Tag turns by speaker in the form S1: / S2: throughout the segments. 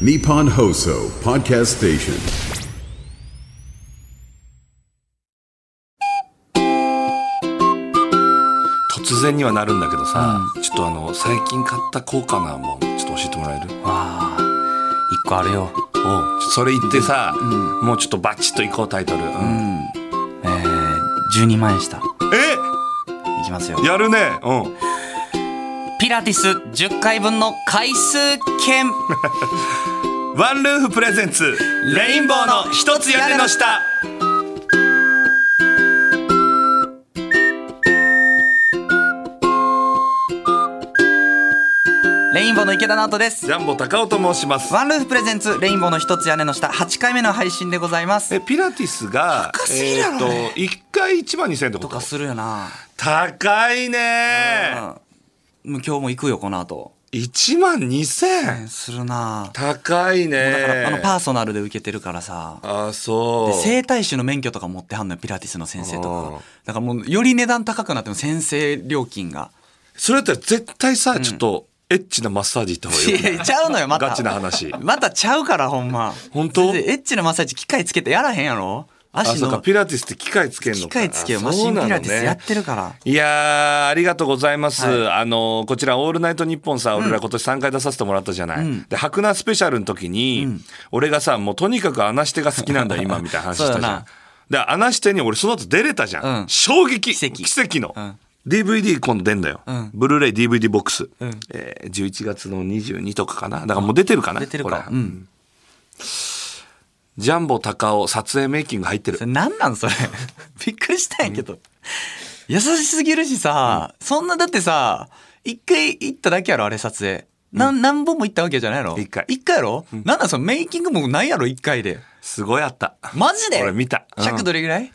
S1: Nippon Hoso Podcast Station.
S2: 突然にはなるんだけどさ、ちょっとあの最近買った高価なもんちょっと教えてもらえるおう
S3: わあ一個あるよ
S2: ちょっとそれ言ってさ、もうちょっとバチッといこうタイトル、うん
S3: えー、12万円したい
S2: え
S3: きますよ
S2: やるねうん
S3: ピラティス10回分の回数 券
S2: ワンルーフプレゼンツレインボーの一つ屋根の下
S3: レインボーの池田直人です
S2: ジャンボ高尾と申します
S3: ワンルーフプレゼンツレインボーの一つ屋根の下8回目の配信でございます
S2: えピラティスが
S3: 高すぎだろあれ
S2: えーっと1回1万2000円ってことと
S3: かするよな、
S2: 高い
S3: うん
S2: ね
S3: もう今日も行くよこの後
S2: 1万2000
S3: するな
S2: 高いね
S3: だからあのパーソナルで受けてるからさ
S2: あそ
S3: で
S2: う
S3: 整体師の免許とか持ってはんのよピラティスの先生と
S2: うん
S3: かだからもうより値段高くなっても先生料金が
S2: それだったら絶対さ、ちょっとエッチなマッサージ行った方がいい
S3: い
S2: よ
S3: やちゃうのよまた
S2: ガチな話
S3: またちゃうからほんま
S2: 本当
S3: だってエッチなマッサージ機械つけてやらへんやろ
S2: あ
S3: 足
S2: そうか
S3: の
S2: ピラティスって機械つけんのか
S3: 機械つけよ
S2: あ
S3: マシ
S2: そう
S3: ン
S2: な
S3: ピ
S2: の
S3: ラティスやっ
S2: ね
S3: てるから
S2: いやーありがとうございます、
S3: はい
S2: あのこちら「オールナイトニッポン」さ俺ら今年3回出させてもらったじゃない、で白菜スペシャルの時に、俺がさもうとにかく穴してが好きなん だ今みたいな話した
S3: そう
S2: じ
S3: だ
S2: ゃん
S3: な
S2: で穴してに俺その後出れたじゃん、
S3: うん
S2: 衝撃
S3: 奇跡
S2: の、
S3: うん
S2: DVD 今度出んだよ、
S3: ん
S2: ブルーレイ DVD ボックス、
S3: ん
S2: えー11月の22とかかなだからもう出てるかな
S3: 出てる
S2: これ
S3: かうん
S2: ジャンボ高尾撮影メイキング入ってる
S3: それ何なんそれ びっくりしたんやけど優しすぎるしさそんなだってさ一回行っただけやろあれ撮影なん何本も行ったわけじゃないやろ
S2: 一回
S3: 一回やろなんなんそのメイキングもないやろ一回です
S2: ごいあった
S3: マジで
S2: 俺見たうん
S3: 尺どれぐらい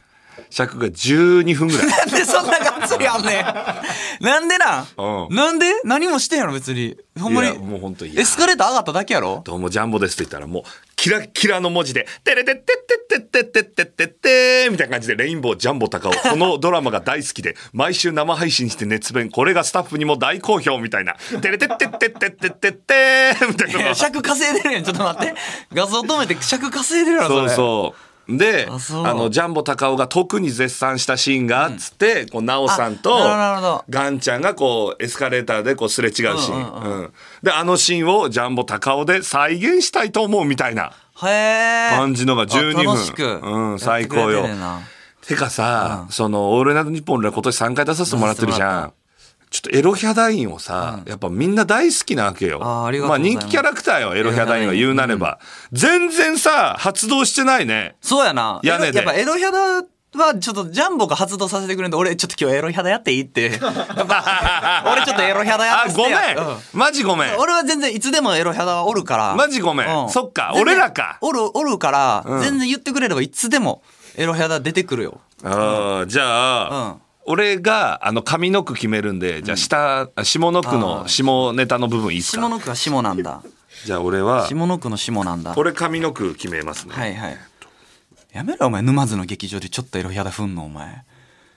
S2: 尺が12分ぐらい
S3: なんでそんながっつりあんね ん。なんでなん、
S2: うん
S3: なんで何もしてんやろ別に。ほんま
S2: い
S3: に。
S2: やもうほんといや
S3: エスカレーター上がっただけやろ
S2: どうもジャンボですって言ったらもうキラッキラの文字で「テレテッテッテッテッテッテッテッテッ」みたいな感じで「レインボージャンボ高尾」このドラマが大好きで毎週生配信して熱弁これがスタッフにも大好評みたいな「テレテッテッテッテッテッテッテ」みたい
S3: いや
S2: な
S3: 尺稼いでるやん。ちょっ と待って。画像止めて尺稼いでるやろそ
S2: そう
S3: れ。
S2: そうであ
S3: あそう
S2: のジャンボ高尾が特に絶賛したシーンがあっつって、こう奈緒さんと
S3: あなるほどなるほ
S2: ガンちゃんがこうエスカレーターでこうすれ違うシーン、うんであのシーンをジャンボ高尾で再現したいと思うみたいな
S3: へえ。
S2: 感じのが12分
S3: あ楽しく。
S2: うん最高よ
S3: やってくれてるな
S2: てかさ、その「オールナイトニッポン」俺ら今年3回出させてもらってるじゃん。ちょっとエロヒャダインをさ、やっぱみんな大好きなわけよ。
S3: あーありがとうございま
S2: あ
S3: す
S2: 人気キャラクターよ、エロヒャダインは言うなれば。全然さ、発動してないね。
S3: そうやな。
S2: 屋根で
S3: やっぱエロヒャダはちょっとジャンボが発動させてくれるんで、俺ちょっと今日エロヒャダやっていい って。やっぱ 俺ちょっとエロヒャダやっ
S2: あ、
S3: て
S2: ごめん
S3: うん。
S2: マジごめん。
S3: 俺は全然いつでもエロヒャダはおるから。
S2: マジごめんそっか
S3: 全然
S2: 俺らか
S3: おる、おるから、
S2: ん
S3: 全然言ってくれればいつでもエロヒャダ出てくるよ。
S2: あーじゃあ、
S3: うん
S2: 俺があの上の句決めるんで、じゃあ下、あ下の句の下ネタの部分いいっす
S3: 下
S2: か
S3: の句は下な んだ。
S2: じゃあ俺は、
S3: 下の句の下なんだ。
S2: こ
S3: は
S2: れ上の句決めますね。
S3: いはい。やめろお前沼津の劇場でちょっとエロヒャダふんのお前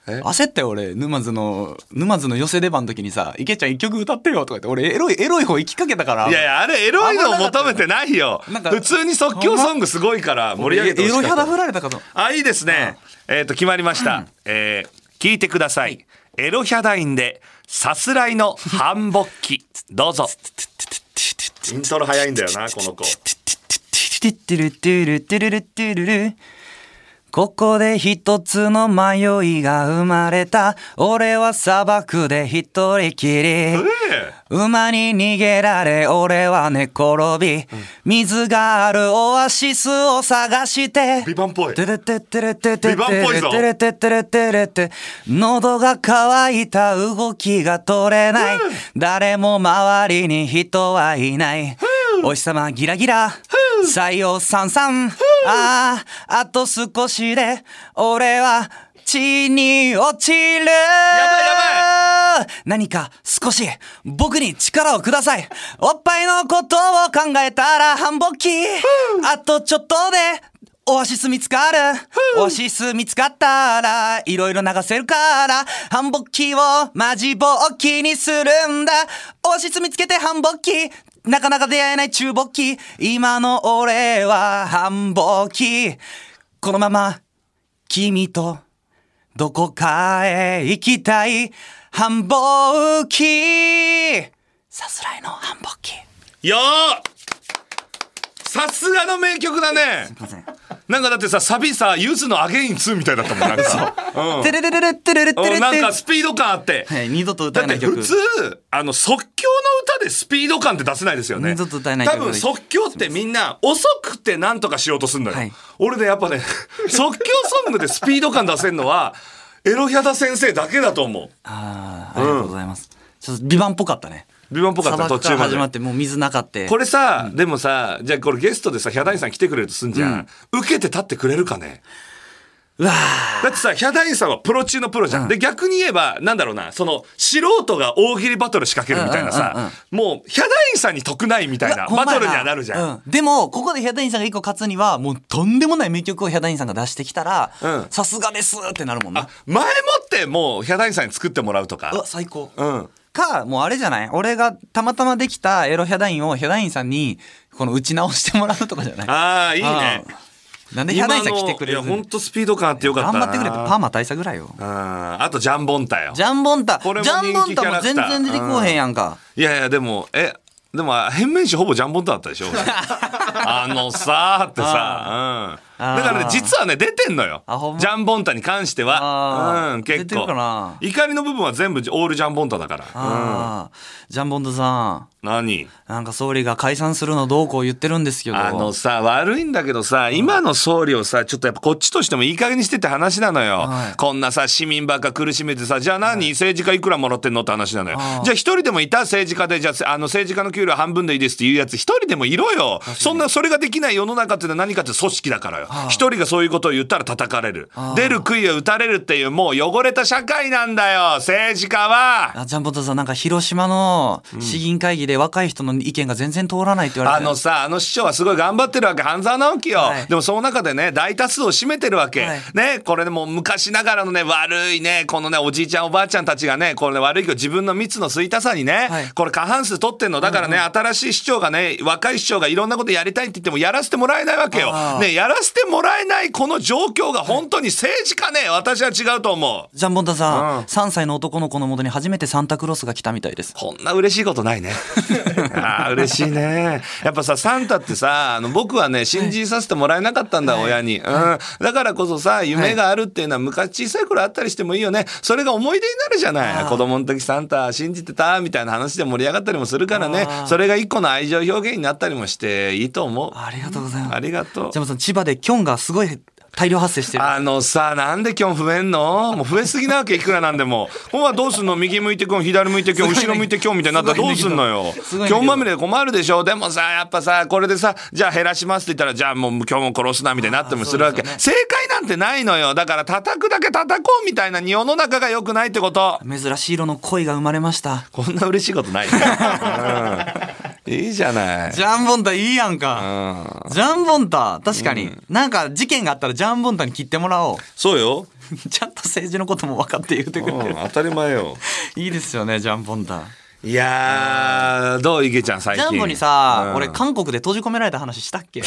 S2: え
S3: 焦ったよ俺沼津の沼津の寄せ出番の時にさ「池ちゃん一曲歌ってよ」とか言って俺エロいエロい方行きかけたから
S2: いやいや、あれエロいのを求めてないよ。
S3: なんか
S2: 普通に即興ソングすごいから盛り上げて
S3: エ
S2: ほ
S3: ロ
S2: し
S3: ヒ
S2: かっ
S3: ャダ振
S2: た。
S3: られたかと
S2: あ、いいですね。えっと、決まりました。えー聞いてください。エロヒャダインで、さすらいの反勃起。どうぞ。イントロ早いんだよな、この子。
S3: ここで一つの迷いが生まれた俺は砂漠で一人きり馬に逃げられ俺は寝転び水があるオアシスを探して
S2: ビバンっぽい。
S3: てれてってれてて
S2: ビバンっぽいぞ
S3: てれててれてれて喉が渇いた動きが取れない誰も周りに人はいないお日様ギラギラ採用さんさんあああと少しで俺は地に落ちるやばい
S2: ば
S3: 何か少し僕に力をくださいおっぱいのことを考えたら繁忙期あとちょっとでオアシス見つかるオアシス見つかったらいろいろ流せるから繁忙期をマジぼっきにするんだオアシス見つけて繁忙期なかなか出会えない中勃起。今の俺は繁忙期。このまま、君と、どこかへ行きたい。繁忙期。さすらいの繁忙期。
S2: よーさすがの名曲だねなんかだってさサビさ「ゆずのアゲイン2」みたいだったもんなんか、
S3: てれれれれてれれて
S2: うんう
S3: れ
S2: ん、なんかスピード感あって、
S3: はい、二度と歌
S2: だっ
S3: え
S2: て
S3: ない曲。
S2: 普通あの即興の歌でスピード感って出せないですよね
S3: 二度と歌えない
S2: 多
S3: 曲
S2: 分即興ってみんな遅くてなんとかしようとするんだよ、
S3: はい
S2: 俺ねやっぱね 即興ソングでスピード感出せるのはエロヒャダ先生だけだと思う
S3: ああ、ありがとうございます。ちょっとビバンっぽかったね。
S2: ビバンっぽかった
S3: 砂漠か
S2: 途
S3: ら
S2: 中まで
S3: 始まってもう水なかって。
S2: これさ、でもさじゃあこれゲストでさヒャダインさん来てくれるとすんじゃん、受けて立ってくれるかね
S3: うわ
S2: だってさヒャダインさんはプロ中のプロじゃん、で逆に言えばなんだろうなその素人が大喜利バトル仕掛けるみたいなさ、
S3: うんうんうんも
S2: もうヒャダインさんに得ないみたいな
S3: うわ
S2: バトルにはなるじゃん、
S3: ほまやうでもここでヒャダインさんが一個勝つにはもうとんでもない名曲をヒャダインさんが出してきたら
S2: うん
S3: さすがですってなるもんね
S2: あ前もってもうヒャダインさんに作ってもらうと
S3: うわ
S2: か
S3: 最高、
S2: うん
S3: かもうあれじゃない俺がたまたまできたエロヒャダインをヒャダインさんにこの打ち直してもらうとかじゃない
S2: ああいいね
S3: うんなんでヒャダインさん来てくれ
S2: 今
S3: る
S2: のいや本当スピード感あってよかった
S3: 頑
S2: な
S3: 張ってくれってパーマ大佐ぐらいよ
S2: うんあとジャンボンタよ
S3: ジャンボンタジ
S2: これも人
S3: ャ
S2: 気
S3: ンボンタも全
S2: キャラクター
S3: 然出てこうへんやんか、
S2: いやいやでもえでも変面師ほぼジャンボンタだったで しょ俺あのさーってさ
S3: あー
S2: うんだからね実はね出てんのよ
S3: あほんま
S2: ジャンボンタに関して
S3: あ
S2: は
S3: ー
S2: うん結
S3: 出てるかな
S2: 構怒りの部分は全部オールジャンボンタだから
S3: ああジャンボンタさん
S2: 何
S3: なんか総理が解散するのどうこう言ってるんですけど。
S2: あのさ悪いんだけどさ今の総理をさちょっとやっぱこっちとしてもいい加減にしてって話なのよ、
S3: はい
S2: こんなさ市民ばっか苦しめてさじゃあ何、政治家いくらもらってんのって話なのよ
S3: あー
S2: じゃあ一人でもいた政治家でじゃああの政治家の給料半分でいいですっていうやつ一人でもいろよそんなそれができない世の中っていうのは何かって組織だからよ一人がそういうことを言ったら叩かれる出る杭を打たれるっていうもう汚れた社会なんだよ政治家は
S3: あジャンボンタさん、なんか広島の市議会議で若い人の意見が全然通らないって言わ
S2: あ
S3: れて。
S2: のさ、あの市長はすごい頑張ってるわけ、半沢直樹よ、
S3: はい
S2: でもその中でね、大多数を占めてるわけ。
S3: はい
S2: ね、これでもう昔ながらのね、悪いね、このね、おじいちゃんおばあちゃんたちがね、これね、悪いけど自分の密の吸いたさにね、
S3: はい
S2: これ過半数取ってんの。だからね、新しい市長がね、若い市長がいろんなことやりたいって言ってもやらせてもらえないわけよ
S3: あ。ー
S2: ね、やらせてもらえないこの状況が本当に政治家ね、私は違うと思う。
S3: ジャンボンタさん、
S2: うん
S3: 3歳の男の子のもとに初めてサンタクロースが来たみたいです。
S2: こんな嬉しいことない ね。ああ、嬉しいね。やっぱさ、サンタってさ、あの、僕はね、信じさせてもらえなかったんだ、親に。うん。だからこそさ、夢があるっていうのは昔小さい頃あったりしてもいいよね。それが思い出になるじゃない。子供の時サンタ信じてた、みたいな話で盛り上がったりもするからね。それが一個の愛情表現になったりもしていいと思う。
S3: ありがとうございます
S2: ありがとう
S3: ジャン。ボンタさん、千葉でキョンがすごい大量発生してる。
S2: あのさ、なんでキョン増えんのもう増えすぎなわけ、いくらなんで も。ここはどうすんの右向いてキョン、左向いてキョン、後ろ向いてキョンみたいになったらどうすんのよ。キ
S3: すごいんだけど
S2: ョンまみれで困るでしょ。でもさ、やっぱさ、これでさ、じゃあ減らしますって言ったら、じゃあもうキョンを殺すなみたいになってもするわけ。
S3: あーそうで
S2: 正解なんてないのよ。だから叩くだけ叩こうみたいな世の中が良くないってこと。
S3: 珍しい色の恋が生まれました。
S2: こんな嬉しいことない、うんいいじゃない。
S3: ジャンボンタいいやんか。ジャンボンタ、確かに、なんか事件があったらジャンボンタに切ってもらおう。
S2: そうよ。
S3: ちゃんと政治のことも分かって言うてく
S2: う
S3: れて
S2: ん
S3: る。
S2: 当たり前よ。
S3: いいですよね、ジャンボンタ。
S2: いやー、どう、いげちゃん最
S3: ジ
S2: 近。
S3: ャンボにさ、
S2: うん
S3: 俺韓国で閉じ込められた話したっけ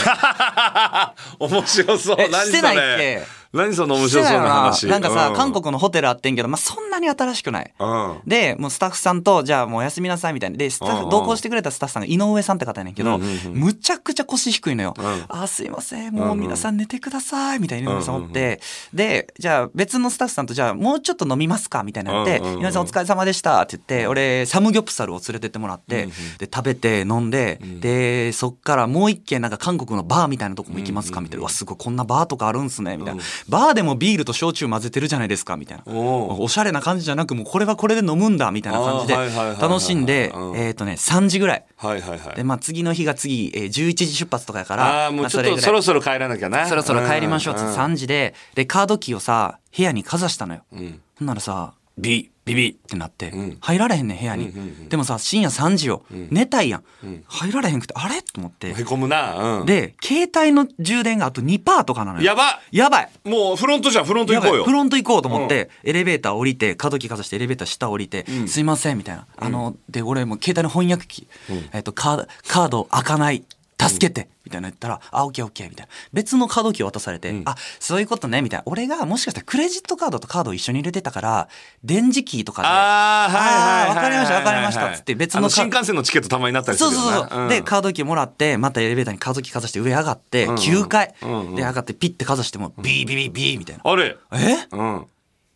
S2: 面白そう。
S3: え
S2: 何それ
S3: してないっけ
S2: 何その面白そうな話。
S3: なんかさ、
S2: うん
S3: 韓。国のホテルあってんけど、まあ、そんなに新しくない。
S2: うん。
S3: で、もうスタッフさんと、じゃあもうおやすみなさいみたいな。で、スタッフ、
S2: うんうん
S3: 同行してくれたスタッフさんが井上さんって方やねんけど、
S2: うんうんうん
S3: むちゃくちゃ腰低いのよ。あー、すいません、もう皆さん寝てください、みたいな井上さんおって、で、じゃあ別のスタッフさんと、じゃあもうちょっと飲みますか、みたいなので、
S2: うんうんうん
S3: 井上さんお疲れ様でしたって言って、俺、サムギョプサルを連れてってもらって、で、食べて飲んで、で、そっからもう一軒なんか韓国のバーみたいなとこも行きますか、みたいな。うわ、すごい、こんなバーとかあるんすね、みたいな。バーでもビールと焼酎混ぜてるじゃないですか、みたいな。
S2: おう
S3: おしゃれな感じじゃなくもうこれはこれで飲むんだみたいな感じで
S2: あーはいはいはいはい
S3: 楽しんで
S2: うん
S3: えっとね3時ぐらい
S2: はいはいは
S3: で
S2: い。
S3: まあ次の日が次えー11時出発とかやから
S2: ああ、も
S3: ま
S2: う
S3: あ
S2: ちょっ
S3: れ
S2: と
S3: ぐらい
S2: そろそろ帰らなきゃな。
S3: そろそろ帰りましょうっつって
S2: ん
S3: 3時ででカードキーをさ部屋にかざしたのよほんならさ
S2: ビ
S3: ビビってなって、入られへんねん部屋に、でもさ深夜3時よ、寝たいやん、入られへんくてあれと思って
S2: へこむな。うん。
S3: で携帯の充電があと2%とかなのよ
S2: やば
S3: やばい
S2: もうフロントじゃん、フロント行
S3: やばい
S2: こうよ。
S3: フロント行こうと思って、エレベーター降りて、角キかざしてエレベーター下降りて、すいません、みたいな。あの、で、俺もう携帯の翻訳機、えっと、カーカード開かない。助けてみたいなの言ったら、あ、オッケーオッケーみたいな。別のカードキーを渡されて、あ、そういうことねみたいな。俺がもしかしたらクレジットカードとカードを一緒に入れてたから、電磁キーとかで、
S2: あーはいはいはいはい
S3: あーわかりましたわかりました。つって別の
S2: あ
S3: カ
S2: 新
S3: ード
S2: 幹線のチケットたまになったりす
S3: そう
S2: るよ
S3: そ
S2: な
S3: うそう、でカードキーもらってまたエレベーターにカードキーかざして上上がって9階、で上がってピッてかざしてもビービービービーみたいな、
S2: あれ
S3: え、
S2: ん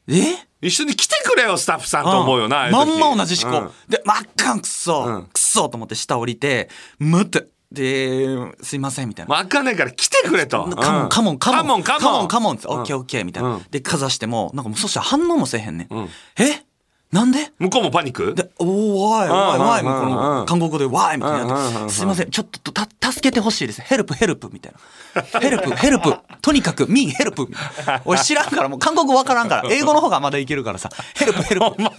S3: え
S2: 一緒に来てくれよスタッフさんと思うよな、ああいう
S3: ま
S2: 時
S3: んま同じ思考、
S2: うん
S3: で真っ赤んくそ、
S2: うん
S3: くそと思って下降りて待ってですいませんみたいな、
S2: まあ、あかんないから来てくれと。
S3: カモンカモンカモン
S2: カ
S3: カモ
S2: モ
S3: ン
S2: ン
S3: カ
S2: カモン。
S3: モンってオッケーオッケーみたいな、
S2: うん
S3: でかざしてもなんかもうそしたら反応もせえへんねん、えなんで
S2: 向こうもパニック
S3: で、おー、わい、わい、わい、
S2: うんう
S3: もうんこ
S2: う
S3: の
S2: ん
S3: 韓国語でわいみたいに
S2: うんうん
S3: な
S2: う
S3: っ
S2: ん
S3: て、すいません、ちょっとた助けてほしいです。ヘルプ、ヘルプ、みたいな。ヘルプ、ヘルプ、とにかく、ミー、ヘルプ。俺知らんから、もう韓国語わからんから、英語の方がまだいけるからさ、ヘルプ、ヘルプ。
S2: お前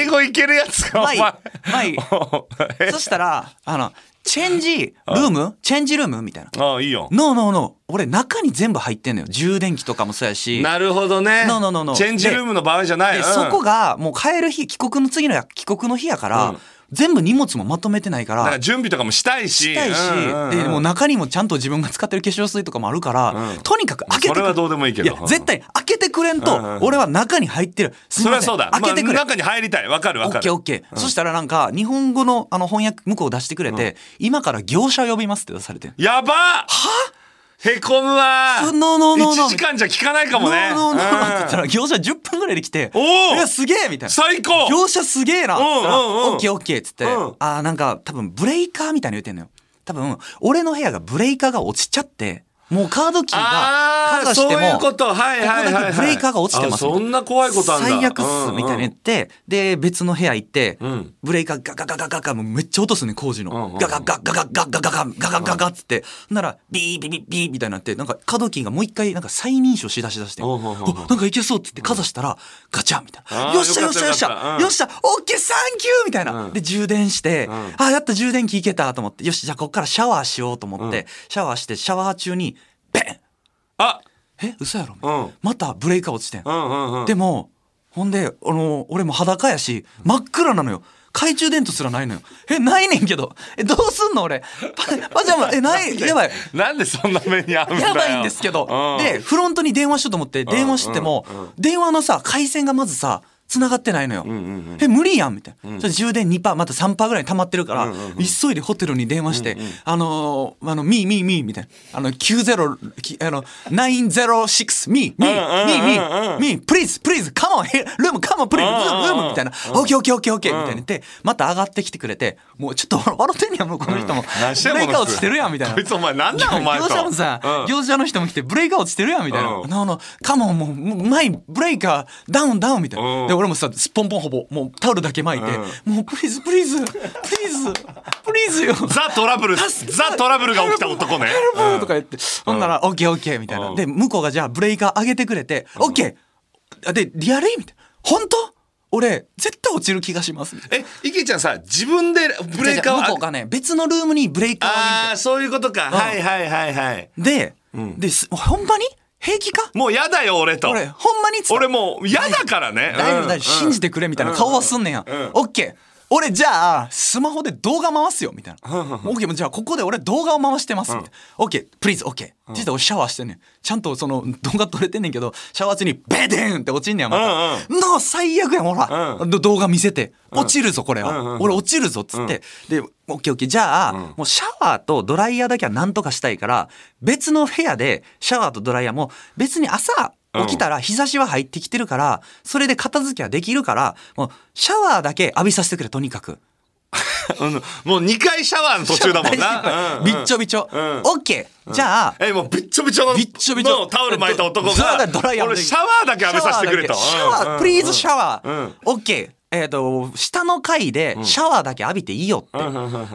S2: 英語いけるやつか、お
S3: マイ、
S2: 前。
S3: マイ。
S2: お前
S3: そしたら、あの、チェンジルームチェンジルームみたいな。
S2: ああ、いいよ。
S3: ノーノーノー。俺中に全部入ってんのよ。充電器とかもそうやし。
S2: なるほどね。
S3: No, no, no, no.
S2: チェンジルームの場合じゃない。
S3: で、
S2: うん
S3: そこがもう帰る日帰国の次のや帰国の日やから、全部荷物もまとめてないから
S2: なんか準備とかもしたいし。
S3: したいし、
S2: うんうんうん
S3: でもう中にもちゃんと自分が使ってる化粧水とかもあるから、とにかく開けて
S2: そ
S3: く
S2: れはどうでもいいけど
S3: や絶対開けてくれんと、俺は中に入ってるすい
S2: それ
S3: ま
S2: は
S3: せん
S2: そうだ。
S3: 開けてくれ、
S2: まあ中に入りたい。わかるわ
S3: オ
S2: か
S3: ッケー
S2: る
S3: オ。ッケー、そしたらなんか日本語のあの翻訳向こう出してくれて、今から業者呼びますって出されて
S2: やばはへこむわ。
S3: そノーノーノーノー
S2: 1時間じゃ効かないかもね。
S3: ノーノーノーって言った
S2: うん
S3: ら業者10分ぐらいで来て、
S2: おー
S3: えすげえみたいな。
S2: 最高
S3: 業者すげえなって言ったら、
S2: うんうんうん
S3: オッケーオッケーっつって、
S2: うん
S3: あーなんか多分ブレーカーみたいなの言ってんのよ。多分、俺の部屋がブレーカーが落ちちゃって、もうカードキー
S2: あー
S3: がかざしても、
S2: そういうことはいはいはいはい
S3: ここだけブレーカーが落ちてますみたい。
S2: あそんな怖いことあんだ
S3: 最悪っ
S2: うんう
S3: す、
S2: ん
S3: みたいな言って、で、別の部屋行って、
S2: ん
S3: ブレーカーガガガガガガ、もうめっちゃ音すんねん工事の。
S2: うんうんうん
S3: ガガガガガガガガガガガガガっつって、なら、ビービービービーみたいになって、なんかカードキーがもう一回、なんか再認証しだしだして、
S2: うんうんうんうん
S3: おなんかいけそうっつってかざしたら、ガチャンみたい
S2: あ
S3: な。
S2: ー
S3: よっしゃよ
S2: よ
S3: っ
S2: かっ
S3: したゃよっし
S2: よかった
S3: ゃ
S2: う、ん
S3: よっしゃ、オッケーサンキューみたいな。
S2: うん
S3: で、充電して、あ、やった充電器いけたと思って、よし、じゃあこっからシャワーしようと思って、シャワーして、シャワー中に、ペン
S2: あ
S3: え嘘やろみたい
S2: うん
S3: なまたブレーカー落ちてん。
S2: うんうんうん。
S3: でも、ほんで、あの、俺も裸やし、真っ暗なのよ。懐中電灯すらないのよ。え、ないねんけど。え、どうすんの俺。パパジャマ、え、ない、やばい。
S2: なんでそんな目に遭うんだよ。
S3: やばいんですけど、
S2: うん
S3: で、フロントに電話しようと思って、電話しても、電話のさ、回線がまずさ、繋がってないのよ。え、無理やんみたいな。それ充電2%、また3%ぐらい溜まってるから、急いでホテルに電話して、あのー、あの、ミーミーミーみたいな。あの、90、きあの、906、ミー、ミー、ミー、ミー、ミー、プリーズ、プリーズ、カモン、ルーム、カモン、プリーズ、ルーム、みたいな。オッケーオッケーオッケーオッケーみたいな言って、また上がってきてくれて、もうちょっと笑ってんねや、もうこの人も。
S2: 何してんの
S3: ブレイクアウトしてるやん、みたいな。
S2: こいつお前なんなんお前と
S3: 業者もさ、
S2: うん
S3: 業者の人も来てブレイクアウトしてるやんみたいな、
S2: うん
S3: あのカモンもうもう前ブレイカーダウンダウンみたいな、
S2: うん
S3: で俺もさすっぽんぽんほぼもうタオルだけ巻いて、もうプリーズプリーズプリーズプリーズよ
S2: ザ・トラブル、
S3: 助けて
S2: ザ・トラブルが起きた男ね。
S3: ヘルプヘルプとか言って、ほんなら、オッケーオッケーみたいな。で、向こうがじゃあブレイカー上げてくれて、オッケーで、リアルみたいな。本当俺、絶対落ちる気がしますみたいな。
S2: え、池ちゃんさ、自分でブレーカーを
S3: じゃあ向こうがね、別のルームにブレイカーを上げて
S2: ああ、そういうことか。はいはいはいはい。
S3: で、です、ほんまに平気か
S2: もうやだよ、俺と。
S3: 俺、ほんまにっつった
S2: 俺もう嫌だからね。
S3: 大
S2: う
S3: 丈夫
S2: ん
S3: 大丈夫信じてくれみたいな顔はすんねんや、オッケー俺じゃあスマホで動画回すよみたいな、オッケーもうじゃあここで俺動画を回してますみたいな、オッケープリーズオッケーって言って俺シャワーしてんねんちゃんとその動画撮れてんねんけどシャワー中にベデンって落ちんねんやまた、なあ最悪やんほら、ど動画見せて落ちるぞこれは、俺落ちるぞっつって、でオッケーオッケーじゃあ、もうシャワーとドライヤーだけはなんとかしたいから別の部屋でシャワーとドライヤーも別に朝起きたら日差しは入ってきてるから、それで片付けはできるから、もうシャワーだけ浴びさせてくれ、とに かく。
S2: うんもう2回シャワーの途中だもんな。うん
S3: びっ ちょびちょ。オッケーじゃあ、
S2: え、もうびっちょびちょの、
S3: びっちょびちょ。
S2: のタオル巻いた男
S3: そうだ
S2: が
S3: ドライヤー、も
S2: 俺シャワーだけ浴びさせてくれと。
S3: シャワーだけシャワー、プリーズシャワー。オッケー。えっ、と、下の階でシャワーだけ浴びていいよって。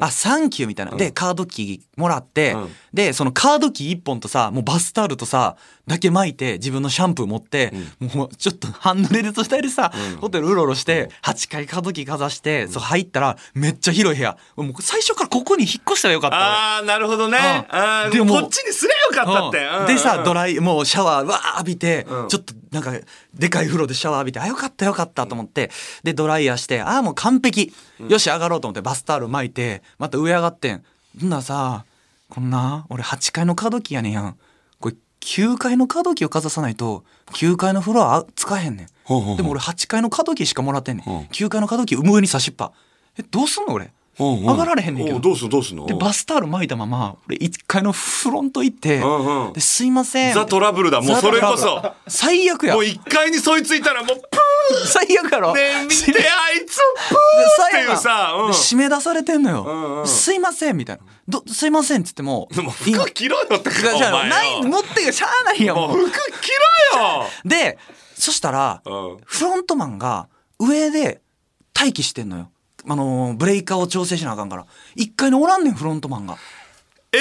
S3: あ、サンキューみたいな。で、カードキーもらって、で、そのカードキー1本とさ、もうバスタオルとさ、だけ巻いて、自分のシャンプー持って、もうちょっと半濡れでとしたりさ、ホテルうろうろして、8階カードキーかざして、そう入ったら、めっちゃ広い部屋。もう最初からここに引っ越したらよかった俺。
S2: ああなるほどね。
S3: うん
S2: あー
S3: でも
S2: こっちにすればよかったって。
S3: うん
S2: うん
S3: でさ
S2: うん
S3: ドライもうシャワーわー浴びて、
S2: ん
S3: ちょっとなんかでかい風呂でシャワー浴びてあよかったよかったと思ってでドライヤーしてああもう完璧よし上がろうと思ってバスタオル巻いてまた上上がってんほんならさこんな俺8階のカードキーやねんやんこれ9階のカードキーをかざさないと9階の風呂はあ使えへんねん
S2: ほうほうほう
S3: でも俺8階のカードキーしかもらってんねん、9階のカードキー上に差しっぱえどうすんの俺
S2: うんうん
S3: 上がられへんねんけ
S2: お
S3: ど
S2: うどうすんどうすんの
S3: でバスタオル巻いたまま俺1階のフロント行って
S2: うんうん
S3: 「ですいません」
S2: ザトラブルだもうそれこそ
S3: ザトラブル最悪や
S2: もう一階にそいついたらもうプ
S3: 最悪やろ
S2: ー ね見てあいつプーっていうさ、
S3: で締め出されてんのよ、
S2: んうん
S3: すいませんみたいなどすいませんっつっても
S2: うん。もう服着ろよって
S3: いや
S2: お
S3: じゃあ
S2: 前
S3: ない
S2: よ。
S3: 持ってきしゃあないやん
S2: も
S3: も
S2: う
S3: う
S2: 服着ろよ。
S3: でそしたら、
S2: うん
S3: フロントマンが上で待機してんのよあのーブレイカーを調整しなあかんから1階におらんねんフロントマンが
S2: え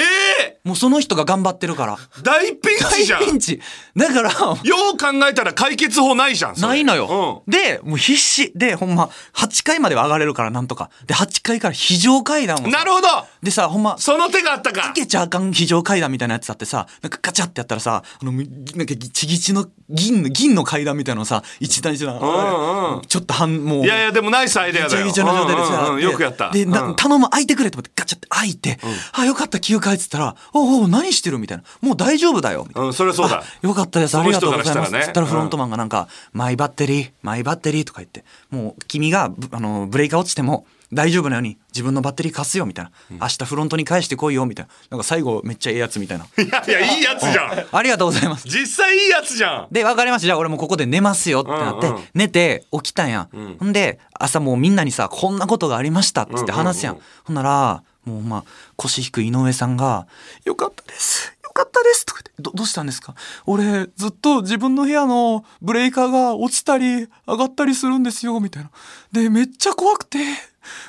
S2: え
S3: もうその人が頑張ってるから
S2: 大ピンチ
S3: 大
S2: じゃん。
S3: ピンチだから
S2: よう考えたら解決法ないじゃん。それ
S3: ないのよ、
S2: う
S3: でもう必死でほんま8階までは上がれるからなんとかで8階から非常階段を
S2: ん。
S3: さ
S2: なるほど。
S3: でさほんま
S2: その手があったか
S3: か。けちゃあかん非常階段みたいなやつだってさなんかガチャってやったらさあのむなんかギチギチの銀の銀の階段みたいなのさ一段一段、
S2: んうん
S3: ちょっと半もう
S2: いやいやでもナイスアイデア
S3: ぐち
S2: だ
S3: ゃ
S2: よ。
S3: ぐちゃの状態でさ、
S2: うんうんうんよくやった。
S3: で、な
S2: うん
S3: 頼む、開いてくれと思ってガチャって開いて、あ、よかった、休暇っつったら、おうおう、何してるみたいな。もう大丈夫だよ。みたいな
S2: うんそれはそうだ
S3: あよかったです、
S2: そ
S3: あ
S2: の
S3: り
S2: 人
S3: がとう
S2: から
S3: ございま
S2: したら
S3: す。
S2: ね
S3: つったらフロントマンがなんか、マイバッテリー、マイバッテリーとか言って、もう君が、ぶあの、ブレーカー落ちても、大丈夫なように自分のバッテリー貸すよみたいな、明日フロントに返してこいよみたいななんか最後めっちゃええやつみたいない
S2: やいやいいやつじゃん。
S3: ありがとうございます
S2: 実際いいやつじゃん。
S3: で、わかりました。じゃあ俺もうここで寝ますよってなって、
S2: うんうん
S3: 寝て起きたんや。ほんで、朝もうみんなにさ、こんなことがありましたっつって話すやん。
S2: うんう
S3: ほんなら、もうまあ、腰引く井上さんが、よかったです。よかったです。とか言って、ど、どうしたんですか俺、ずっと自分の部屋のブレーカーが落ちたり、上がったりするんですよ、みたいな。で、めっちゃ怖くて、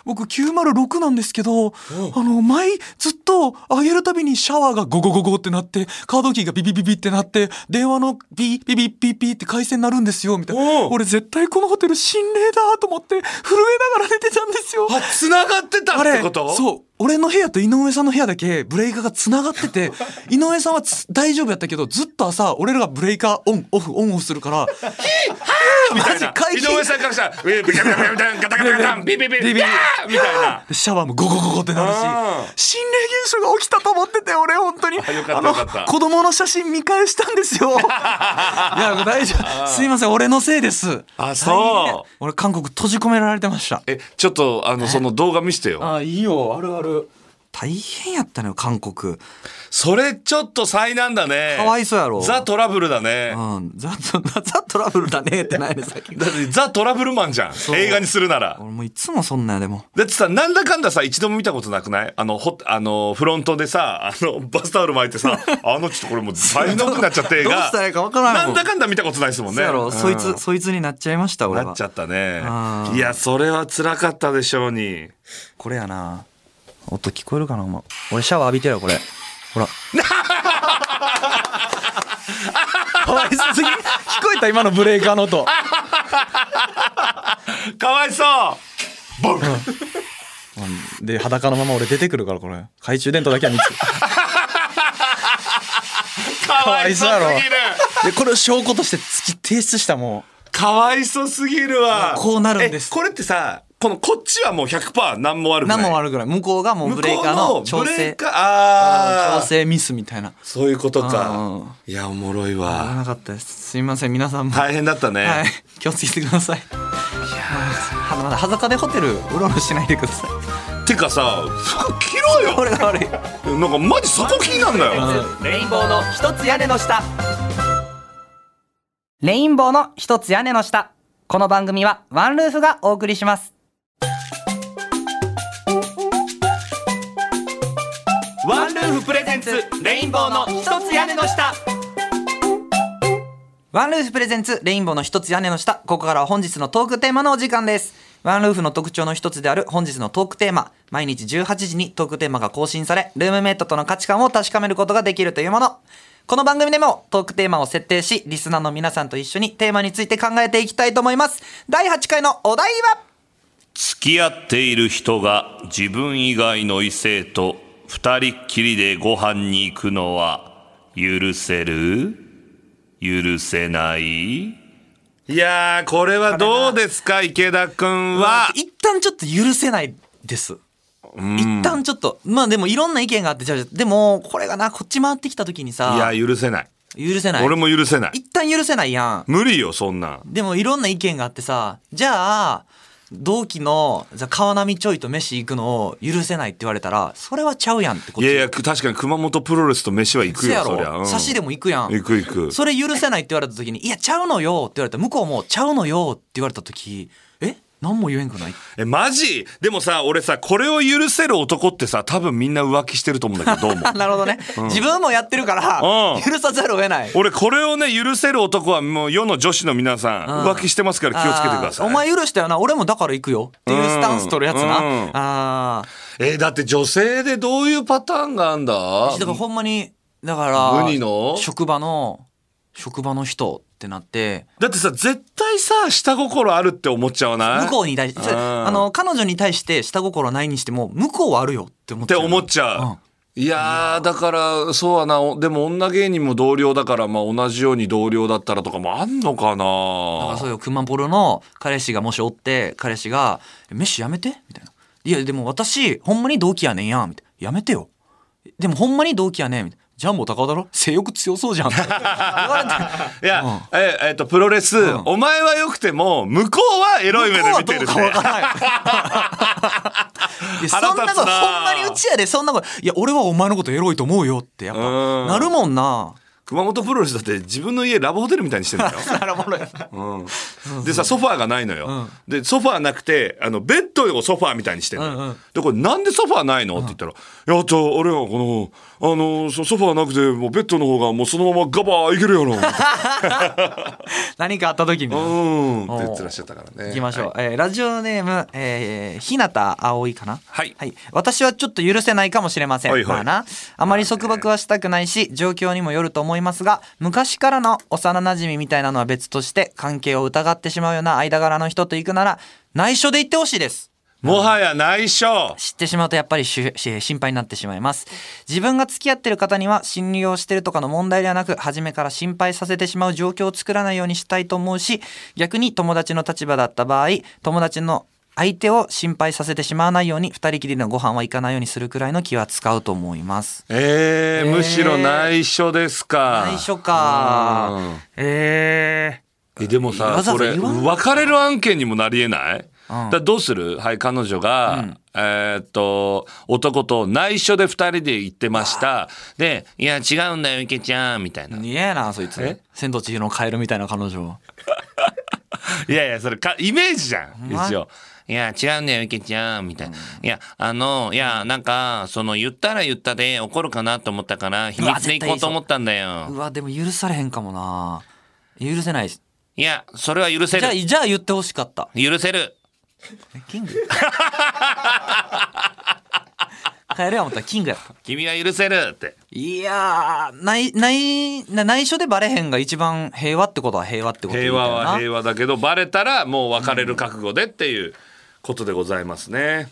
S3: 僕906なんですけど、あの、前、ずっと上げるたびにシャワーがゴゴゴゴってなって、カードキーがビビビビってなって、電話のビビビビビって回線になるんですよ、みたい
S2: お
S3: な。
S2: う
S3: 俺絶対このホテル心霊だと思って、震えながら寝てたんですよ。
S2: あ繋がってた
S3: あ
S2: っ
S3: れ
S2: てこと？
S3: そう俺の部屋と井上さんの部屋だけブレーカーが繋がっ てて井上さんはつ大丈夫やったけどずっと朝俺らがブレーカーオンオフオンオフするから
S2: みたい
S3: マ
S2: な
S3: ジ解
S2: 井
S3: 禁
S2: 上さんからしたら「ウェブキャブキャブキャブキャブガタガタガタンビビビビビ」みたいな。
S3: でシャワーもゴゴゴゴってなる
S2: あー
S3: し心霊現象が起きたと思ってて俺本当に
S2: あよかった
S3: あの
S2: よかった
S3: 子供の写真見返したんで すよいや大丈夫すいません俺のせいです
S2: あそう
S3: 大変俺韓国閉じ込められてました
S2: えちょっとあのその動画見せてよ。
S3: あいいよあるある大変やったのよ韓国
S2: それちょっと災難だね。
S3: かわいそうやろ
S2: ザトラブルだね。
S3: うん、ザ トザトラブルだねってないねさっき
S2: だってザトラブルマンじゃん。
S3: う
S2: 映画にするなら。
S3: 俺もいつもそんなんやでも
S2: だってさ、なんだかんださ、一度も見たことなくないあの、ほ、あの、フロントでさ、あの、バスタオル巻いて さ、あの、ちょっとこれもう才能くなっちゃって映画。
S3: どうしたらいいかわからんもん
S2: なんだかんだ見たことないですもん
S3: そ
S2: ね。
S3: うやろ、
S2: うん
S3: そいつそいつになっちゃいました俺
S2: なっ
S3: は
S2: ちゃったね
S3: う。ん
S2: いや、それは辛かったでしょうに。
S3: これやな音聞こえるかなお前俺シャワー浴びてるよこれ ほらかわいそうすぎ聞こえた今のブレーカーの音
S2: かわいそうボン
S3: で裸のまま俺出てくるからこれ懐中電灯だけは見つけ
S2: かわいそうすぎる
S3: でこれを証拠として突き提出したも
S2: かわいそうすぎるわ。
S3: こうなるんです
S2: えこれってさ、この、こっちはもう100%何も悪く
S3: う
S2: ない。
S3: 何も悪くない向こうがもう
S2: 向こ
S3: ブ
S2: う
S3: レーカーの調
S2: ブレー
S3: 整
S2: カーあ
S3: 調
S2: ー
S3: 整ミスみたいな
S2: そういうこと
S3: うん
S2: か。いや、おもろい
S3: 危
S2: わ。
S3: なかったですすいません皆さんも
S2: 大変だったね。
S3: はい、気をつけてください。いやー、まだ裸でホテルうろうろしないでください。
S2: てかさ服着ろよ
S3: 俺が悪い。
S2: なんかマジそこ気になんだよ
S4: レインボーの一つ屋根の下レインボーの一つ屋根の下この番組はワンルーフがお送りします
S2: ワンルーフプレゼン
S4: レインボーの一つ屋根の下
S3: ワンルーフプレゼンツレインボーの一つ屋根の下。ここからは本日のトークテーマのお時間です。ワンルーフの特徴の一つである本日のトークテーマ、毎日18時にトークテーマが更新され、ルームメイトとの価値観を確かめることができるというもの。この番組でもトークテーマを設定し、リスナーの皆さんと一緒にテーマについて考えていきたいと思います。第8回のお題は
S2: 付き合っている人が自分以外の異性と二人っきりでご飯に行くのは許せる許せないいやーこれはどうですか池田くんは
S3: 一旦ちょっと許せないです。一旦ちょっと、まあでもいろんな意見があって、じゃあでも、これがな、こっち回ってきた時に
S2: いや
S3: さ、
S2: 許せない
S3: 許せない。
S2: 俺も許せない
S3: 一旦許せないやん。
S2: 無理よそんなん
S3: でもいろんな意見があってさ、じゃあ、同期の、じゃあ川波ちょいと飯行くのを許せないって言われたら、それはちゃうやんってこっ
S2: い
S3: ち。
S2: やいや確かに熊本プロレスと飯は行く
S3: せや
S2: よそりゃ、う
S3: ろ。
S2: ん
S3: 差しでも行くやん。
S2: 行く行く
S3: それ許せないって言われた時に、いや、ちゃうのよって言われたら、向こうも、ちゃうのよって言われた時、え何も言えんくない
S2: えマジでもさ俺さこれを許せる男ってさ多分みんな浮気してると思うんだけどどうも
S3: なるほどね。自分もやってるから
S2: うん、
S3: 許さざるを得ない。
S2: 俺これをね許せる男はもう世の女子の皆さん
S3: うん
S2: 浮気してますから気をつけてください
S3: あーお前許したよな俺もだから行くよっていうスタンス取るやつな、
S2: うんうん
S3: あ
S2: えーだって女性でどういうパターンがあんだ
S3: あだからほんまにだから
S2: 無二の
S3: 職場の職場の人ってなって
S2: だってさ絶対さ下心あるって思っちゃわない
S3: 向こうに対して
S2: うん
S3: あの彼女に対して下心ないにしても向こうはあるよって思
S2: っ
S3: っち
S2: て
S3: ゃう
S2: 思っちゃう、
S3: うん
S2: いやーだからそうはなおでも女芸人も同僚だから、まあ、同じように同僚だったらとかもあんのか
S3: だから
S2: な
S3: そうよ熊ポロの彼氏がもしおって彼氏が「えメッシやめて」みたいな「いやでも私ほんまに同期やねんや」みたいな「やめてよ」でもほんまに同期やねんみたいな「ジャンボ高尾だろ性欲強そ うじゃん」言われて
S2: いや、ええっとプロレス、お前はよくても向こうはエロい目で見てる
S3: 向こうはどうかわ
S2: ね
S3: からんいやそんなこと
S2: 腹立つな
S3: ほんまにうちやでそんなこといや俺はお前のことエロいと思うよってやっ
S2: う
S3: ぱ
S2: ん
S3: なるもんな
S2: 熊本プロレスだって自分の家ラブホテルみたいにしてるんだよ
S3: なるもん
S2: でさソファーがないのよ、でソファーなくてあのベッドをソファーみたいにしてる、のよ
S3: うんうん
S2: でこれなんでソファーないのって言ったら「いやじゃああれやこのあのそソファーなくてもうベッドの方がもうそのままガバーいける やろ」みたいな
S3: 何かあった時みたいな
S2: うんって言ってらっしゃったからね
S3: いきましょう、
S2: はい
S3: えーラジオネーム、えー、日向葵かな
S2: はい
S3: 私はちょっと許せないかもしれません、
S2: はいはい
S3: まあなあまり束縛はしたくないし状況にもよると思いますが昔からの幼馴染みたいなのは別として関係を疑ってしまうような間柄の人と行くなら内緒で行ってほしいです
S2: もはや内緒
S3: 知ってしまうとやっぱりしし心配になってしまいます自分が付き合ってる方には信用してるとかの問題ではなく初めから心配させてしまう状況を作らないようにしたいと思うし逆に友達の立場だった場合友達の相手を心配させてしまわないように二人きりのご飯は行かないようにするくらいの気は使うと思います
S2: えー
S3: えー
S2: むしろ内緒ですか
S3: 内緒かえ
S2: えでもさ
S3: わざわ
S2: こ
S3: ざ
S2: れ
S3: 言わん
S2: 別れる案件にもなりえない、だからどうするはい彼女が、えーっと男と内緒で2人で行ってましたで「いや違うんだよ池ちゃん」みたいな「
S3: ー
S2: い
S3: 嫌やなそいつ
S2: え
S3: 千と千尋のカエルみたいな彼女
S2: やいやそれかイメージじゃん
S3: ま
S2: 一応」いや違うんだよ池ちゃん」みたいな「いやあのいやなんかその言ったら言ったで怒るかなと思ったから秘
S3: うわ
S2: 密で行こうと思ったんだ
S3: う
S2: よ
S3: わでも許されへんかもな許せないです
S2: いやそれは許せ
S3: じゃあ
S2: る
S3: じゃあ言ってほしかった
S2: 許せる
S3: キングカエルや思ったらキングやった
S2: 君は許せる」って。
S3: いやーないないな内緒でバレへんが一番平和ってことは平和ってこと
S2: 平和は
S3: 和
S2: 平和だけどバレたらもう別れる覚悟でっていうことでございますね、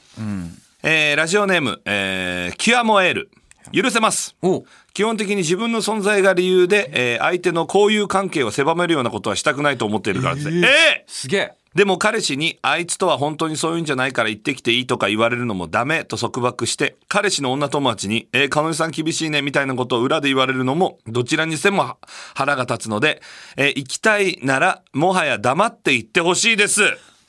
S2: えーラジオネーム、えーキュアモエール許せます
S3: お
S2: 基本的に自分の存在が理由で、えー相手の交友関係を狭めるようなことはしたくないと思っているからですねええ
S3: すげえ
S2: でも彼氏にあいつとは本当にそういうんじゃないから行ってきていいとか言われるのもダメと束縛して彼氏の女友達に「えー、彼女さん厳しいね」みたいなことを裏で言われるのもどちらにしてもは腹が立つので、えー行きたいならもはや黙って行ってほしいです。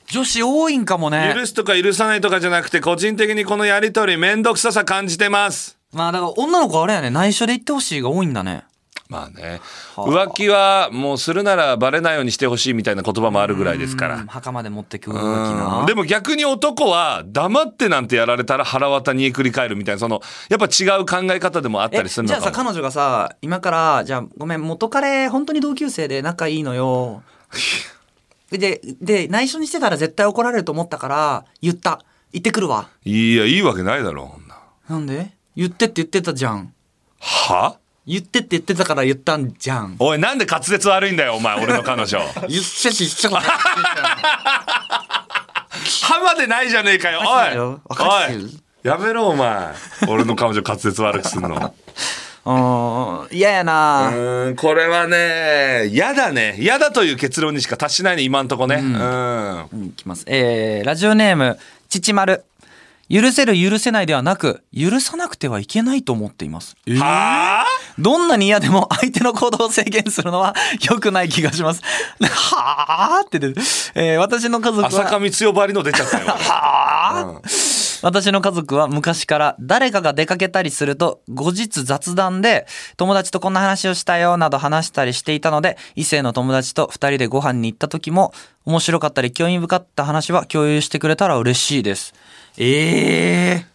S3: 女子多いんかもね
S2: 許すとか許さないとかじゃなくて個人的にこのやりとりめんどくささ感じてます。
S3: まあだから女の子あれやね内緒で言ってほしいが多いんだね
S2: まあね浮気はもうするならバレないようにしてほしいみたいな言葉もあるぐらいですから。
S3: うん墓まで持ってく動
S2: う
S3: きなん
S2: でも逆に男は黙ってなんてやられたら腹渡にえくり返るみたいなそのやっぱ違う考え方でもあったりする
S3: じ
S2: の
S3: ゃあさ
S2: かも
S3: 彼女がさ 今からじゃあごめん元彼本当に同級生で仲いいのよでで内緒にしてたら絶対怒られると思ったから言った行ってくるわ
S2: いやいいわけないだろ女
S3: なんで言ってって言ってたじゃん
S2: は
S3: 言ってって言ってたから言ったんじゃん
S2: おいなんで滑舌悪いんだよお前俺の彼 女
S3: 言ってって言ってたから
S2: 歯までないじゃねえかよ
S3: おかしいよおか
S2: お
S3: しい
S2: い
S3: よ
S2: おいやめろお前俺の彼女滑舌悪くすん の
S3: うん嫌や
S2: う
S3: な
S2: ーんこれはね嫌だね嫌だという結論にしか達しないね今んとこねうん
S3: うんいきますえー、ラジオネームちちまる許せる許せないではなく許さなくてはいけないと思っています
S2: はあ
S3: どんなに嫌でも相手の行動を制限するのは良くない気がします。 はぁーって出て、えー私の家族
S2: 浅香
S3: は、
S2: 光代ばりの出ちゃったよ
S3: はぁー私の家族は昔から誰かが出かけたりすると後日雑談で友達とこんな話をしたよなど話したりしていたので異性の友達と2人でご飯に行った時も面白かったり興味深かった話は共有してくれたら嬉しいです。ええ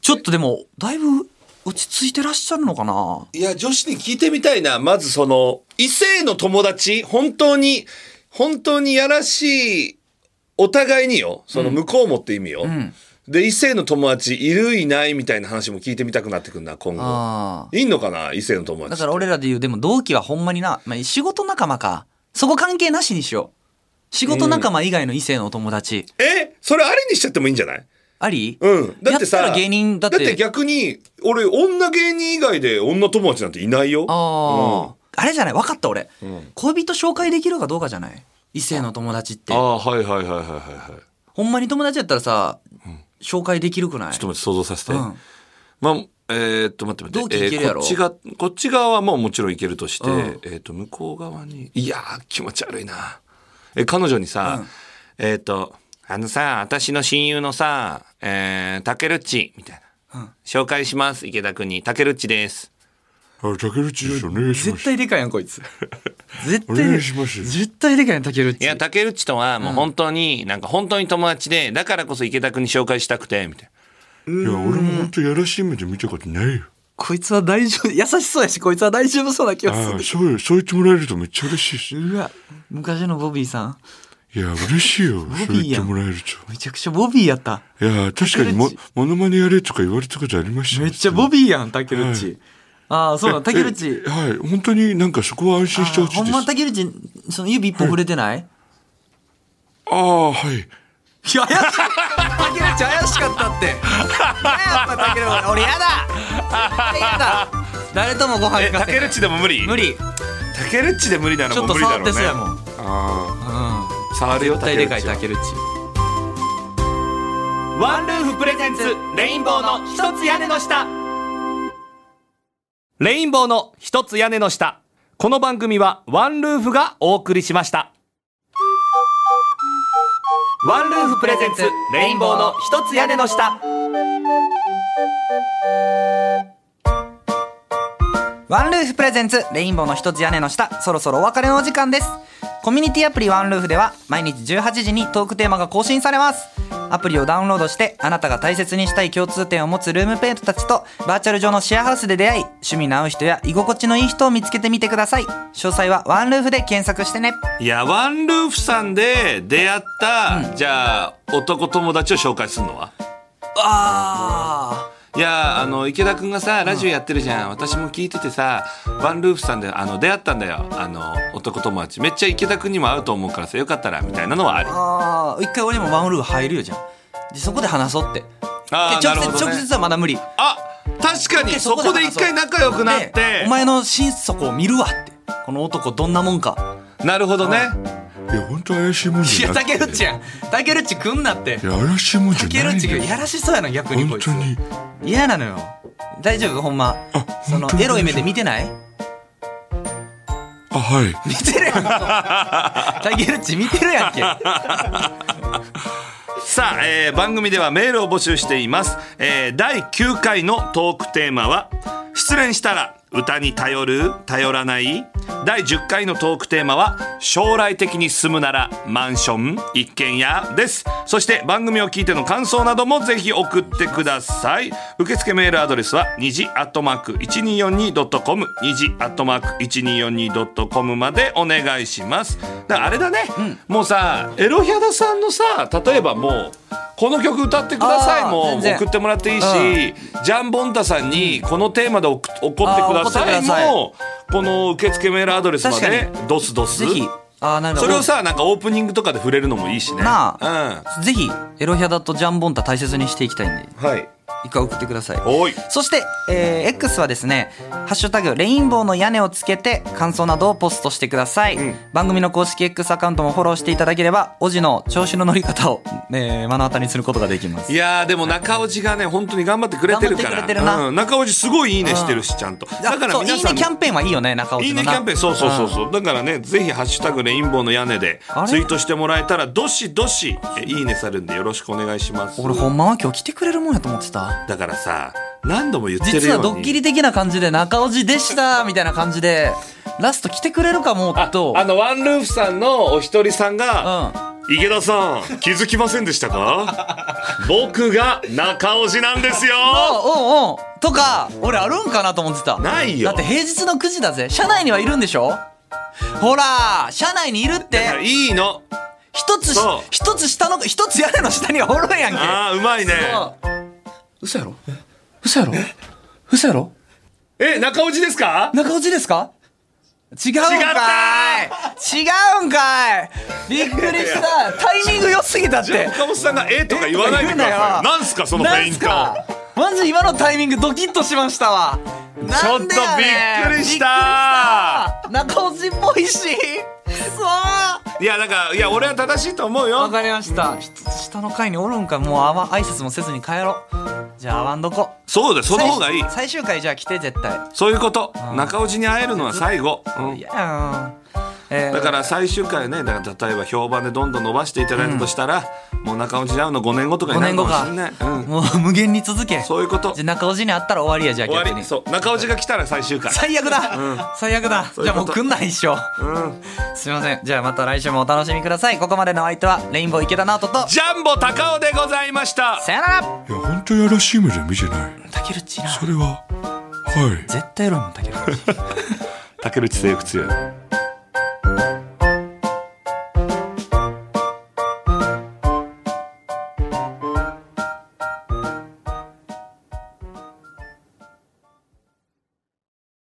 S3: ちょっとでもだいぶ落ち着いてらっしゃるのかない
S2: や、女子に聞いてみたいな。まずその、異性の友達、本当に、本当にやらしい、お互いによ。その向こうもって意味よ。で、異性の友達、いるいないみたいな話も聞いてみたくなってくるな、今
S3: あ
S2: 後。いんのかな、異性の友達。
S3: だから俺らで言う、でも同期はほんまにな、まあ、仕事仲間か。そこ関係なしにしよう。仕事仲間以外の異性のお友達。
S2: えそれありにしちゃってもいいんじゃない
S3: あり
S2: うん。だってさ、
S3: やったら芸人だって。
S2: 逆に、俺、女芸人以外で女友達なんていないよ。
S3: ああ、あれじゃない分かった俺、
S2: ん
S3: 恋人紹介できるかどうかじゃない異性の友達って
S2: あ。あ、はいはいはいはいはいはい。
S3: ほんまに友達やったらさ、紹介できるくない
S2: ちょっと待って、想像させて。
S3: うん
S2: まあ、えーっと、待って待って。
S3: 同期いけるやろ
S2: えーこっちが、こっち側はもうもちろんいけるとして、
S3: うん
S2: えーっと、向こう側に、いやー、気持ち悪いな。え、彼女にさ、えーっと、あのさ、私の親友のさ、えー、タケルッチ、みたいな。紹介します、池田君に。タケルッチです。
S3: 絶対でかいやんこ いつ。絶対、絶対でかいやん竹内。
S2: いや、タケルッチとはもう本当に、なんか本当に友達で、だからこそ池田君に紹介したくて、みたいな。
S5: いや俺も本当やらしい目で見たことないよ
S3: こいつは大丈夫、優しそうやし、こいつは大丈夫そうな気がす
S5: あ
S3: る
S5: あ。そうよそう言ってもらえるとめっちゃ嬉しいし
S3: うわ、昔のボビーさん、
S5: いや嬉しいよそ
S3: ビー
S5: う言っ
S3: や
S5: て
S3: ん
S5: もらえる
S3: めちゃくちゃボビーやった。
S5: といや確かにもモノマネやれとか言われたことありましたよ
S3: めっちゃボビーやん、竹内。ああ、そうだ、竹内
S5: え。はい本当になんかそこは安心してほし
S3: ほ
S5: い
S3: ん
S5: です
S3: ま竹内、その指一本触れてない、
S5: ああはい
S3: いや、怪しい。竹内怪しかったって。やっぱ竹内、俺やだ。絶対やだ。誰ともご飯
S2: え、
S3: 行か
S2: タ
S3: せ
S2: ケルッチでも無理
S3: 無理。
S2: タケルッチで無理なら
S3: ち
S2: もう
S3: ょっと
S2: 無理だ
S3: 触っ
S2: ろうね
S3: て。そうやもん。うん。
S2: 触るよ、
S3: 絶対でかい
S2: タケルッチは
S3: 竹内。
S2: ワンルーフプレゼンツレインボーの一つ屋根の下レインボーの一つ屋根の下この番組はワンルーフがお送りしましたワンルーフプレゼンツレインボーの一つ屋根の下
S3: ワンルーフプレゼンツレインボーの一つ屋根の下そろそろお別れのお時間ですコミュニティアプリワンルーフでは毎日18時にトークテーマが更新されますアプリをダウンロードしてあなたが大切にしたい共通点を持つルームペイトたちとバーチャル上のシェアハウスで出会い趣味の合う人や居心地のいい人を見つけてみてください詳細はワンルーフで検索してね
S2: いやワンルーフさんで出会った、じゃあ男友達を紹介するのは
S3: あ
S2: いやあの池田君がさラジオやってるじゃん、私も聞いててさワンルーフさんであの出会ったんだよあの男友達めっちゃ池田君にも会うと思うからさよかったらみたいなのはある
S3: あー一回俺もワンルーフ入るよじゃんでそこで話そうって
S2: あー
S3: で
S2: な
S3: 直
S2: る
S3: 接
S2: ほどね
S3: 直接はまだ無理
S2: あ確かに
S3: で
S2: そこで
S3: 話
S2: 一
S3: そう
S2: 回仲良くなっ
S3: で
S2: て
S3: お前の心底を見るわってこの男どんなもんか
S2: なるほどね
S5: いや本当怪しいもん
S3: い
S5: じゃ
S3: や
S5: な
S3: タ
S5: くて
S3: ケルッチやんタケルッチくんなって
S5: いや怪しいもんじ
S3: タケ
S5: ゃ
S3: ル
S5: ない
S3: ッ
S5: ん
S3: チ
S5: だ
S3: が
S5: よ
S3: やらしそうやな逆にこ
S5: 本
S3: いつ
S5: 当に
S3: 嫌なのよ大丈夫ほんまその
S5: 本当に
S3: エロい目で見てない
S5: あはい
S3: 見 てるやんタケルッチ見てるやんけ
S2: さあ、えー番組ではメールを募集しています、えー第9回のトークテーマは「失恋したら歌に頼る頼らない第10回のトークテーマは将来的に住むならマンション一軒家ですそして番組を聞いての感想などもぜひ送ってください受付メールアドレスは2時アットマーク 1242.com 2時アットマーク 1242.com までお願いしますだからあれだね、もうさエロヒャダさんのさ例えばもうこの曲歌ってください
S3: あー
S2: も
S3: 全然
S2: 送ってもらっていいし、ジャンボンタさんにこのテーマで送送ってくださ
S3: あー送って
S2: い
S3: ください
S2: もこの受付メールアドレスまで
S3: 確
S2: ドスドス
S3: ぜひあーなるほ
S2: そ
S3: ど
S2: れをさなんかオープニングとかで触れるのもいいしね
S3: な
S2: あ
S3: ぜひエロヒャダとジャンボンタ大切にしていきたいんで
S2: うんはい
S3: 一回送ってください
S2: おい
S3: そして、えー X はですね「ハッシュタグレインボーの屋根」をつけて感想などをポストしてください、番組の公式 X アカウントもフォローしていただければおじの調子の乗り方を、えー目の当たりにすることができます
S2: いやーでも中尾路がね本当に頑張ってくれてるから
S3: 頑張ってくれてるな
S2: うん、中尾路すごいいいねしてるしちゃんとだから
S3: そう
S2: 皆
S3: いい
S2: さ
S3: ね
S2: ん
S3: キャンペーンはいいよね中尾
S2: いい
S3: ちの
S2: ねキ
S3: な
S2: ャンペーンそうそうそうそうだからねぜひ「ハッシュタグレインボーの屋根」で
S3: れ
S2: ツイートしてもらえたらどしどしえいいねされるんでよろしくお願いします
S3: 俺ほんまは今日来てくれるもんやと思ってた
S2: だからさ何度も言ってるように
S3: 実はドッキリ的な感じで中尾路で したみたいな感じでラスト来てくれるかもと
S2: あのワンルーフさんのお一人さんが、
S3: うん
S2: 池田さん気づきませんでした か僕が中尾路なんですよ
S3: おうおうとか俺あるんかなと思ってた
S2: ないよ
S3: だって平日の9時だぜ社内にはいるんでしょほら社内にいるっ
S2: だから
S3: て
S2: いいの
S3: 一つし
S2: そう
S3: 一つ下の一つ屋根の下にはおるやんけ
S2: ああうまいね
S3: 嘘やろ嘘やろ嘘やろ
S2: え中尾路ですか
S3: 中落ちですか違うんかい
S2: 違った
S3: 違うんかいびっくりしたタイミング良すぎたっ
S2: じゃ
S3: て
S2: あ岡本さんが「え」とか言わないでくださいなんすかそのフェイント
S3: なんすかマジ今のタイミングドキッとしましたわ
S2: ちょっとびっくりした
S3: 中落ちっぽいしそう
S2: いやなんかいや俺は正しいと思う
S3: わ
S2: よ
S3: かりました下の階におるんかもうあわ挨拶もせずに帰ろうじゃああわんどこ
S2: そうだよその方がいい
S3: 最最終回じゃあ来て絶対
S2: そういうこと中尾路に会えるのは最後、うん
S3: いやーえー
S2: だから最終回ねだから例えば評判でどんどん伸ばしていただいたとしたら、もう中尾路に会うの5年後とか
S3: 5
S2: にな
S3: 年
S2: る
S3: 後
S2: かも
S3: か
S2: しんない、うん、
S3: もう無限に続け
S2: そういうこと
S3: じゃあ中落ちに会ったら終わりやじゃあ
S2: 終
S3: 逆
S2: わ
S3: に
S2: りそう中尾路が来たら最終回
S3: 最悪だ、最悪だ
S2: う
S3: じ
S2: いう
S3: ゃあ
S2: こ
S3: も
S2: と
S3: う来んないっしょ、すいませんじゃあまた来週もお楽しみくださいここまでのお相手はレインボー池田直人と
S2: ジャンボ高尾でございました
S3: さよなら
S5: いや本当やらしい目じゃ見てない
S3: タケルチな
S5: それははい
S3: 絶対ロンタケル
S2: 竹内制服強い